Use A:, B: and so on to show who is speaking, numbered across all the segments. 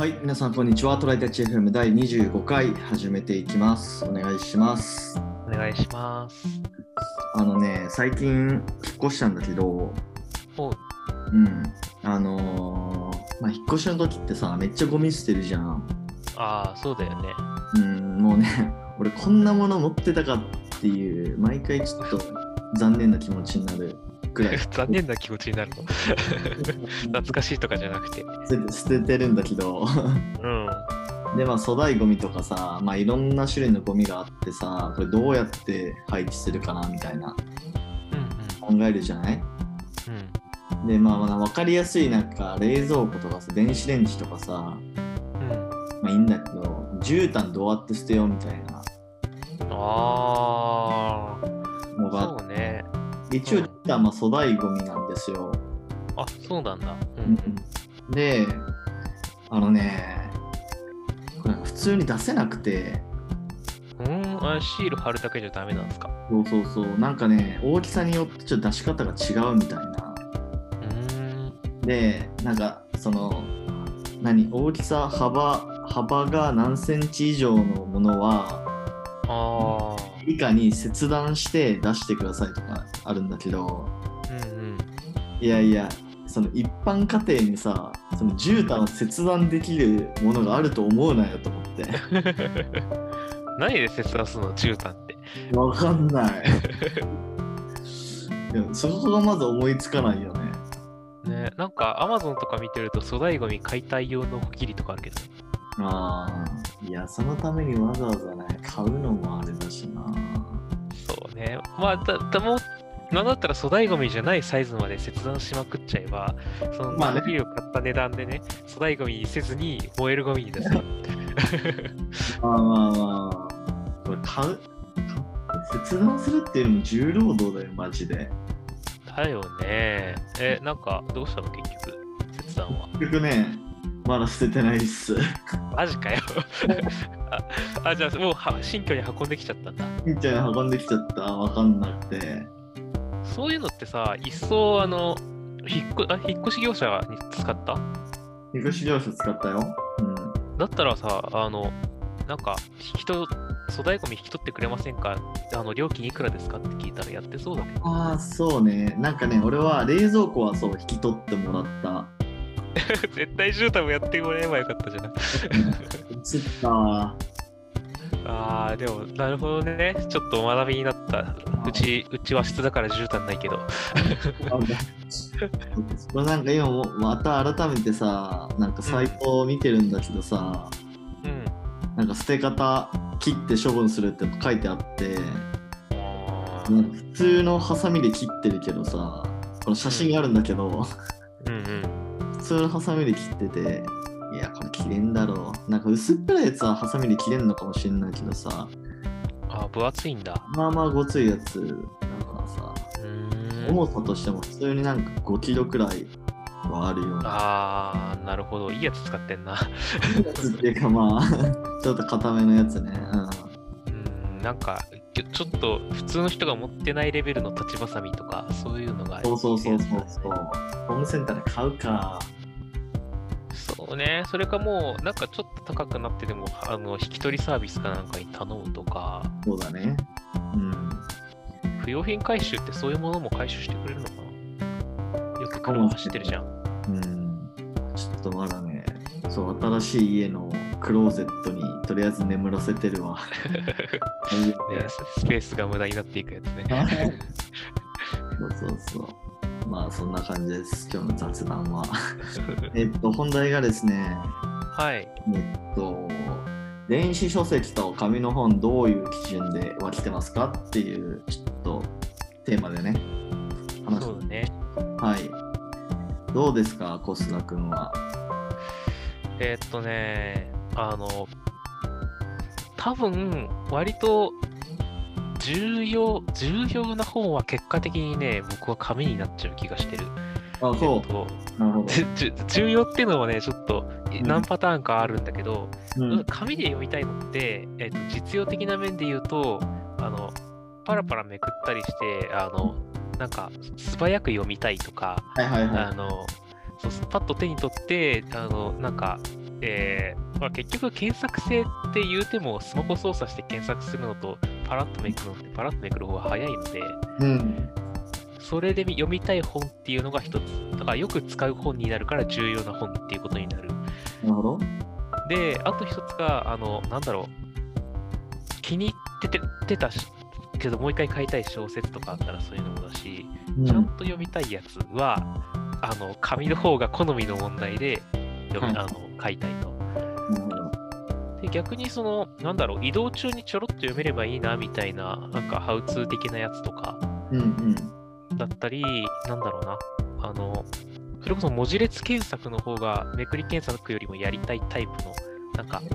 A: はい、皆さんこんにちは。トライタッチ FM 第25回始めていきます。お願いします。
B: お願いします。
A: あのね、最近引っ越したんだけど、
B: おう、
A: うん、あのーまあ引っ越しの時ってさ、めっちゃゴミ捨てるじゃん。
B: ああ、そうだよね。。
A: うん、もうね、 俺こんなもの持ってたかっていう、毎回ちょっと残念な気持ちになるくらい
B: 残念な気持ちになるの。 懐かしいとかじゃなくて。う
A: 捨て捨ててるんだけど。
B: ん。
A: でまあ粗大ゴミとかさ、まあ、いろんな種類のゴミがあってさこれどうやって廃棄するかなみたいな
B: うん
A: 考えるじゃない
B: うん。うん。
A: でまあまあ分かりやすいなんか冷蔵庫とかさ電子レンジとかさ、ま
B: うん。
A: あ、いいんだけど絨毯どうやって捨てようみたいな
B: あ
A: の
B: あ、
A: があっ
B: そうね。
A: て一応
B: うん
A: 絨毯はまあ粗大ゴミなんですよ、
B: あ、そうなんだ。うん。
A: であのねこれ普通に出せなくて
B: うん、あシール貼るだけじゃダメなんですか。
A: そうそうそうなんかね大きさによってちょっと出し方が違うみたいな
B: うーん。
A: でなんかその何大きさ幅幅が何センチ以上のものは
B: ああ。
A: 以下に切断して出してくださいとかあるんだけど
B: うんうん。
A: いやいやその一般家庭にさその絨毯を切断できるものがあると思うなよと思って
B: 何で切断するの絨毯って。
A: わかんないでもそこがまず思いつかないよね
B: ね、なんか Amazon とか見てると粗大ゴミ解体用のこぎりとかあるけどね。
A: ああいやそのためにわざわざね買うのもあれだしな
B: そうね。まあ、だ、だもう、なんだったら粗大ゴミじゃないサイズまで切断しまくっちゃえば、その、
A: まあね
B: まを買った値段でね、粗大ゴミにせずに燃えるゴミに出せる。
A: まあまあまあ。これ買う買う切断するっていうのも重労働だよ、マジで。
B: だよね。え、なんか、どうしたの結局、切断は。
A: 結局ね、まだ捨ててないっす。
B: マジかよ。 あ、あじゃあ、もうは、新居に運んできちゃったんだ。
A: みたいな運んできちゃった、わかんなくて。
B: そういうのってさ、一層、あの、引っこあ引っ越し業者に使った
A: 引っ越し業者使ったよ。うん。
B: だったらさ、あの、なんか、引きと、粗大ゴミ引き取ってくれませんかあの、料金いくらですかって聞いたらやってそうだけど。
A: ああ、そうね。なんかね、俺は冷蔵庫はそう、引き取ってもらっ
B: 絶対絨毯もやってもらえばよかったじゃない。
A: た。移ったわ。
B: ああ、でも、なるほどね。ちょっと学びになった。うち、うちは室だから絨毯ないけど。
A: あこれなんか 今もまた改めてさなんかサイトを見てるんだけどさ、
B: うん。
A: なんか捨て方切って処分するって書いてあって
B: あー
A: なんか普通のハサミで切ってるけどさこの写真があるんだけど、
B: うんうん。
A: 普通のハサミで切ってていやこれ切れんだろうなんか薄っぺらいやつはハサミで切れんのかもしれないけどさ
B: あー分厚いんだ。
A: まあまあごついやつだからさ
B: うーん。
A: 重さとしても普通になんか5キロくらいはあるような
B: ああ、なるほど。いいやつ使ってんな。
A: やつ っていうかまあちょっと硬めのやつね
B: うん。なんか、ちょちょっと、普通の人が持ってないレベルの立ちばさみとか、そういうのがいい
A: うん
B: や
A: そう
B: つ
A: そうそうそう
B: だ
A: そ
B: ね
A: うホームセンターで買うか
B: そうね、それかもう、なんかちょっと高くなってでも、あの引き取りサービスかなんかに頼むとか、
A: そうだねうん
B: 不用品回収ってそういうものも回収してくれるのかなよく車走ってるじゃん。
A: うん、ちょっとまだね、そう、新しい家のクローゼットにとりあえず眠らせてる わ。
B: ね、ススペースが無駄になっていくやつね。
A: そうそうそう。まあそんな感じです、今日の雑談は。 えっと、本題がですね、
B: はい。
A: えっと、電子書籍と紙の本どういう基準で分けてますかっていう、ちょっとテーマでね、話
B: そうだね。
A: はい。どうですか、小菅君は。
B: えーっとね、あの、多分、割と、重要、重要な本は結果的にね、僕は紙になっちゃう気がしてる。
A: あ、
B: え
A: そ
B: っと
A: う。なるほ ど。
B: じゅ重要っていうのはね、ちょっと
A: ん
B: 何パターンかあるんだけど、
A: うん、
B: 紙で読みたいのって、えっと実用的な面で言うと、あのパラパラめくったりして、あのなんか素早く読みたいとか、
A: はいはいはい。
B: あのそうパッと手に取ってあのなんかえーまあ、結局検索性って言うてもスマホ操作して検索するのとパラッとめくるのってパラッとめくる方が早いので
A: うん。
B: それで読みたい本っていうのが一つだからよく使う本になるから重要な本っていうことになる
A: なるほど。
B: であと一つがあのなんだろう気に入ってててたしけどもう一回買いたい小説とかあったらそういうのもだし、
A: うん
B: ちゃんと読みたいやつはあの紙の方が好みの問題で読み、
A: はい
B: あの買いたいと。
A: なるほど。
B: で逆にそのなんだろう移動中にちょろっと読めればいいなみたいななんかハウツー的なやつとか
A: うんうん。
B: だったりなんだろうなあのそれこそ文字列検索の方がめくり検索よりもやりたいタイプのなんか
A: はい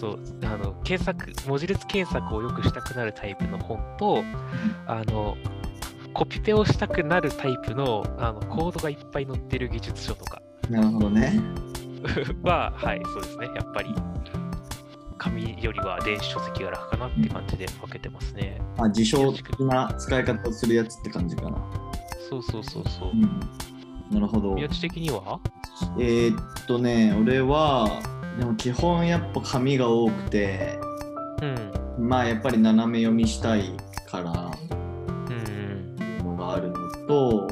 B: そうあの検索文字列検索をよくしたくなるタイプの本とあのコピペをしたくなるタイプのあのコードがいっぱい載ってる技術書とか
A: なるほどね。
B: ははいそうですねやっぱり紙よりは電子書籍が楽かなって感じで分けてますね
A: あ、自称的な使い方をするやつって感じかな。
B: そうそうそうそう
A: うん。なるほど。
B: 宮地的には
A: えーっとね、俺は、でも基本やっぱ紙が多くて、
B: うん
A: まあやっぱり斜め読みしたいから
B: うん
A: のがあるのと、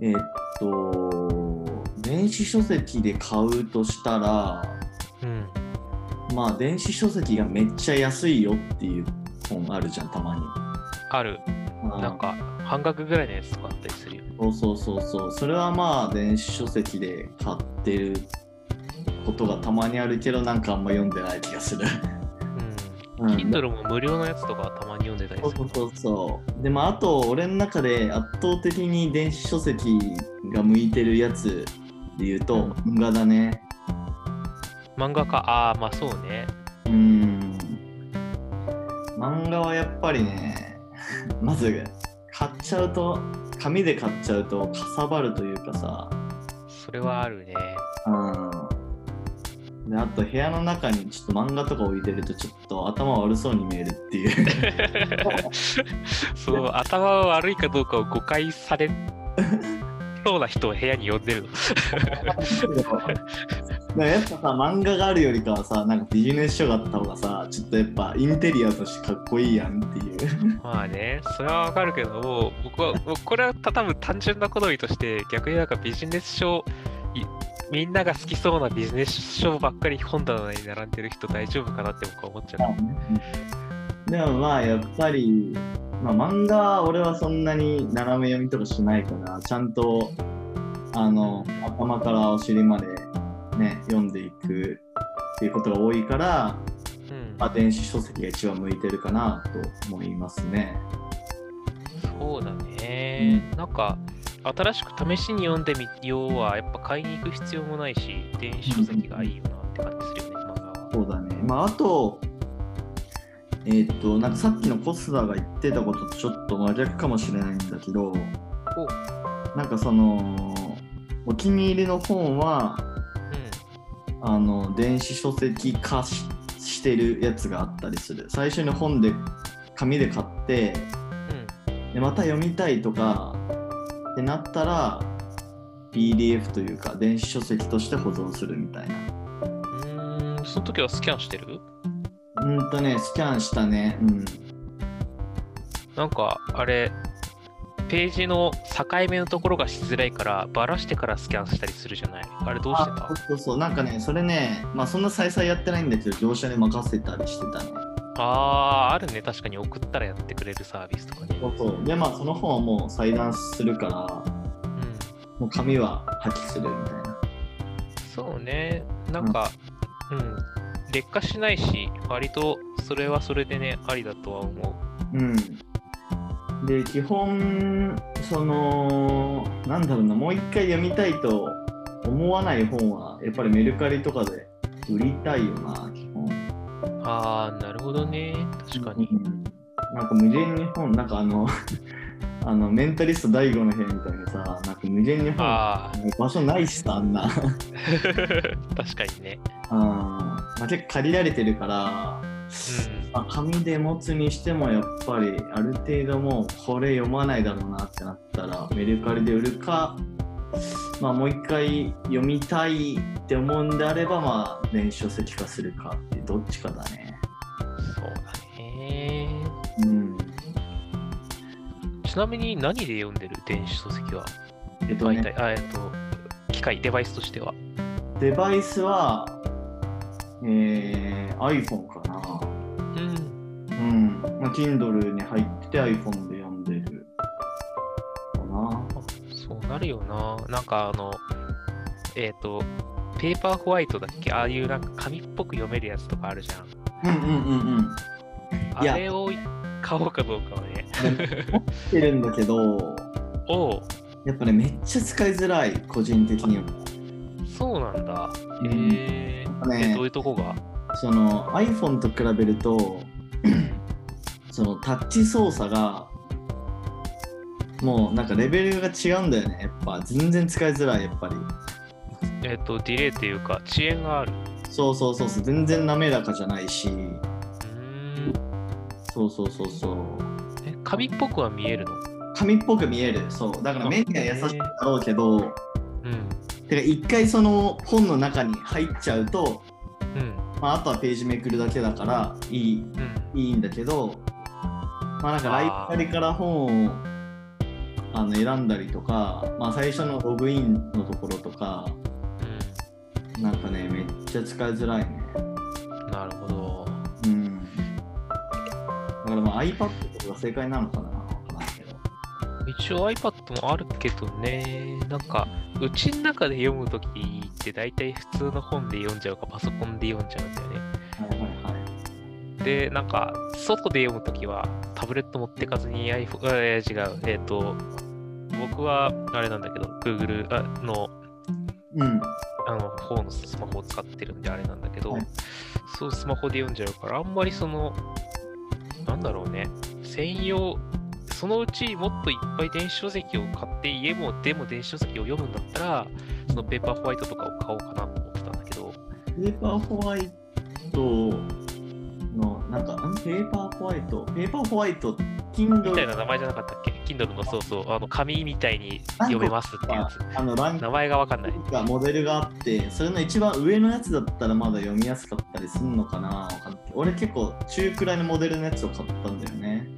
A: えーっと、電子書籍で買うとしたら、
B: うん
A: まあ電子書籍がめっちゃ安いよっていう本あるじゃん、たまに。
B: ある
A: あー
B: なんか半額ぐらいのやつとかあったりするよね
A: そうそうそうそう。それはまあ電子書籍で買ってることがたまにあるけど、なんかあんま読んでない気がする。
B: うん Kindle も無料のやつとかはたまに読んでたり
A: そう
B: す
A: そ
B: る
A: うそうそう。でもあと俺の中で圧倒的に電子書籍が向いてるやつで言うと漫画だね。
B: 漫画家ああまあそうね
A: うーん。漫画はやっぱりね、 まず買っちゃうと、紙で買っちゃうとかさばるというかさ、
B: それはあるね
A: うん。であと部屋の中にちょっと漫画とか置いてるとちょっと頭悪そうに見えるっていう。
B: そう頭が悪いかどうかを誤解されそうな人を部屋に呼んでるの
A: でもやっぱさ漫画があるよりかはさなんかビジネス書があった方がさちょっとやっぱインテリアとしてかっこいいやんっていう
B: まあねそれはわかるけどもう僕はもうこれは多分単純な好みとして逆になんかビジネス書いみんなが好きそうなビジネス書ばっかり本棚に並んでる人大丈夫かなって僕は思っちゃう
A: でもまあやっぱり、まあ、漫画は俺はそんなに斜め読みとかしないからちゃんとあの頭からお尻までね読んでいくっていうことが多いから、
B: うん
A: まあ、電子書籍が一番向いてるかなと思いますね。
B: そうだね、なんか新しく試しに読んでみようはやっぱ買いに行く必要もないし電子書籍がいいよなって感じするよね漫画は
A: そうだね。まあ、あと、えーっと、なんかさっきのコスダが言ってたこととちょっと真逆かもしれないんだけど、なんかその、お気に入りの本は、
B: うん
A: あの、電子書籍化ししてるやつがあったりする。最初に本で、紙で買って、
B: うん
A: でまた読みたいとかってなったら、PDF というか、電子書籍として保存するみたいな。
B: うーん、その時はスキャンしてる
A: うんとね、スキャンしたね。うん。
B: なんか、あれ、ページの境目のところがしづらいから、ばらしてからスキャンしたりするじゃないあれどうしてた
A: あそうそうなんかねそれねまあそんな再々やってないんだけど業者に任せたりしてたね
B: あー、あるね。確かに送ったらやってくれるサービスとかね。
A: そうそうでまあその本はもう裁断するから
B: うん。
A: もう紙は破棄するみたいな
B: そうね。なんか、うん。劣化しないし、割とそれはそれでね、ありだとは思う。
A: うんで基本そのなんだろうなもう一回読みたいと思わない本はやっぱりメルカリとかで売りたいよな基本
B: あー、なるほどね。確かに
A: う。んなんか無限に本なんかあの あのメンタリスト第5の部屋みたいにさなんか無限に本
B: あ
A: 場所ないしさあんな うん
B: ー、確かにね。
A: まあ結構借りられてるから、まあ、紙で持つにしてもやっぱりある程度もうこれ読まないだろうなってなったらメルカリで売るかまあ、もう一回読みたいって思うんであれば、まあ、電子書籍化するかってどっちかだね。
B: そうだね。
A: うん。
B: ちなみに何で読んでる電子書籍は
A: えっと
B: 媒体、
A: ね、
B: あ、えっと、機械、デバイスとしては。
A: デバイスは、えー、iPhone かな。
B: うん。
A: うん。まあ、Kindle に入ってて iPhone で読んでる。かな。
B: そうなるよな。なんかあの、えっ、と、ペーパーホワイトだっけああいうなんか紙っぽく読めるやつとかあるじゃん。
A: うんうんうんうん。
B: あ
A: いや
B: れを買おうかどうかはね。
A: 持ってるんだけど、
B: おう
A: やっぱね、めっちゃ使いづらい、個人的には。
B: そうなんだ。
A: うん
B: へえー
A: ね
B: えどういうとこが
A: その iPhone と比べると そのタッチ操作がもうなんかレベルが違うんだよねやっぱ全然使いづらいやっぱり
B: えっ、と、ディレイというか、遅延がある。
A: そうそうそうそう全然滑らかじゃないし
B: うーん。
A: そうそうそうそう
B: え、紙っぽくは見えるの
A: 紙っぽく見えるそうだから目には優しいんだろうけど
B: うん。
A: てか一回その本の中に入っちゃうと、
B: うん。
A: まあ、あとはページめくるだけだからいい
B: うん。
A: いいんだけど、まあ、なんかライブラリから本をあの選んだりとか、まあ、最初のログインのところとかなんかねめっちゃ使いづらいね
B: うん。なるほど。
A: うんだからまあ iPad とかが正解なのかなわかんないけど
B: 一応 iPad もあるけどね、なんか、うちの中で読むときって大体普通の本で読んじゃうか、パソコンで読んじゃうんだよね。
A: はいはいはい
B: で、なんか、外で読むときは、タブレット持ってかずに iPhone、えー違う、えっ、と、僕は、あれなんだけど、Google あの、
A: うん
B: あの、方のスマホを使ってるんであれなんだけど、
A: はい
B: そう、スマホで読んじゃうから、あんまりその、なんだろうね、専用、そのうちもっといっぱい電子書籍を買って、家もでも電子書籍を読むんだったら、そのペーパーホワイトとかを買おうかなと思ってたんだけど、
A: ペーパーホワイトのなんかんペーパーホワイトペーパーホワイト Kindle
B: みたいな名前じゃなかったっけ ?Kindle のそうそう、あの、紙みたいに読めますってやつ。
A: あのラン
B: 名前がわかんない。
A: がモデルがあってそれの一番上のやつだったらまだ読みやすかったりすんのかなわかんない俺結構中くらいのモデルのやつを買ったんだよね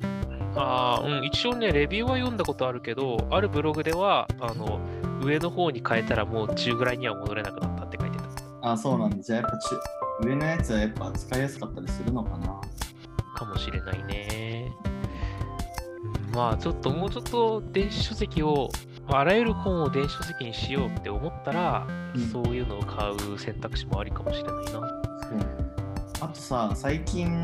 B: ああ、うん、一応ね、レビューは読んだことあるけど、あるブログでは、あの、上の方に変えたらもう中ぐらいには戻れなくなったって書いてた。
A: あそうなんだじゃあやっぱ中上のやつはやっぱ使いやすかったりするのかな
B: かもしれないね。うんまあちょっともうちょっと電子書籍を、まああらゆる本を電子書籍にしようって思ったら、
A: うん
B: そういうのを買う選択肢もありかもしれないな。
A: そうあとさ最近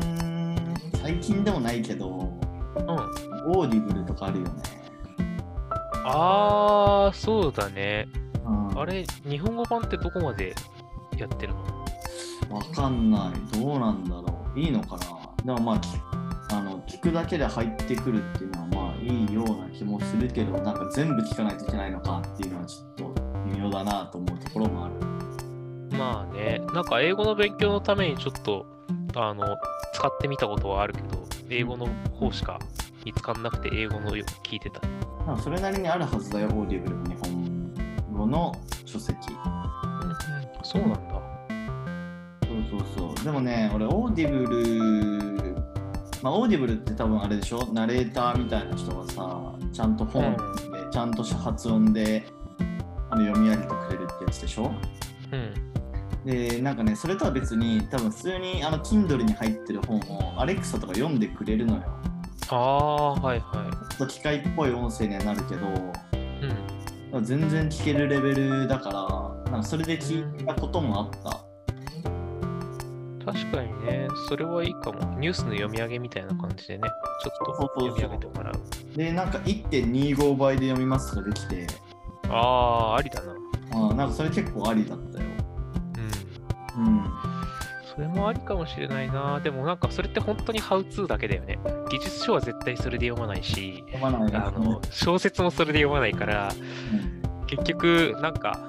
A: 最近でもないけど
B: うん。
A: オーディブルとかあるよね、
B: あー、そうだね。
A: うん、
B: あれ、日本語版ってどこまでやってるの
A: わかんないどうなんだろういいのかなでもまあきあの聞くだけで入ってくるっていうのはまあいいような気もするけどなんか全部聞かないといけないのかっていうのはちょっと微妙だなと思うところもある
B: まあね、なんか英語の勉強のためにちょっと、あの、使ってみたことはあるけど、英語の方しか見つかんなくて、英語のよ聞いてた。
A: なんかそれなりにあるはずだよオーディブルも日本語の書籍
B: そうなんだ。
A: そうそうそうでもね俺オーディブルまあオーディブルって多分あれでしょナレーターみたいな人がさちゃんと本で、ちゃんとした発音であの読み上げてくれるってやつでしょ
B: うん。
A: でなんかねそれとは別に多分普通にあの Kindle に入ってる本を Alexa とか読んでくれるのよ。
B: ああー、はいは
A: ちょっと機械っぽい音声にはなるけど
B: い。うん。
A: なんか全然聞けるレベルだからなんかそれで聞いたこともあった。
B: 確かにね、それはいいかも。ニュースの読み上げみたいな感じでね、ちょっと
A: そうそうそう
B: 読み上げてもらう。
A: でなんか1.25倍で読みますとかできて
B: ああ、ありだな。うん。
A: あなんかそれ結構ありだったよ。うん
B: それもありかもしれないな。でもなんかそれって本当にハウツーだけだよね。技術書は絶対それで読まないし、
A: 読まない
B: あ
A: ですね
B: の、小説もそれで読まないから、
A: うん
B: 結局、なんか、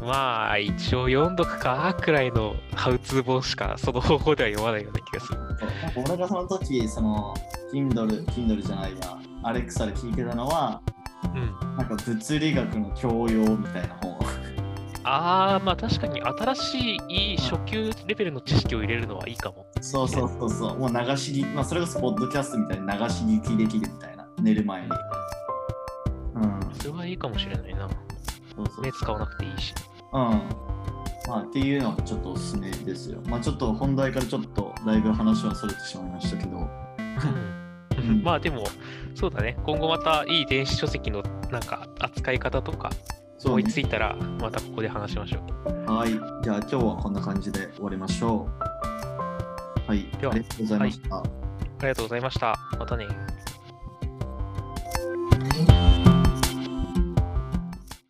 B: まあ、一応読んどくか、くらいのハウツー本しか、その方法では読まないような気がする。
A: そうなんか俺がその時その Kindle Kindle じゃないや Alexa で聞いてたのは
B: うん。
A: なんか物理学の教養みたいな本
B: ああ、まあ確かに新しい初級レベルの知識を入れるのはいいかも。
A: そうそうそうそうもう流し聞きまあそれこそポッドキャストみたいに流し聞きできるみたいな寝る前にうん
B: それはいいかもしれないな。
A: そうそう
B: 目使わなくていい し。
A: うんまあっていうのがちょっとおすすめですよまあちょっと本題からちょっとだいぶ話はそれてしまいましたけど
B: うん
A: うん
B: まあでも、そうだね。今後またいい電子書籍のなんか扱い方とか
A: そう
B: 思
A: ね
B: いついたら、またここで話しましょう。
A: はいじゃあ今日はこんな感じで終わりましょうはい
B: では
A: ありがとうございました、
B: ありがとうございました。またね。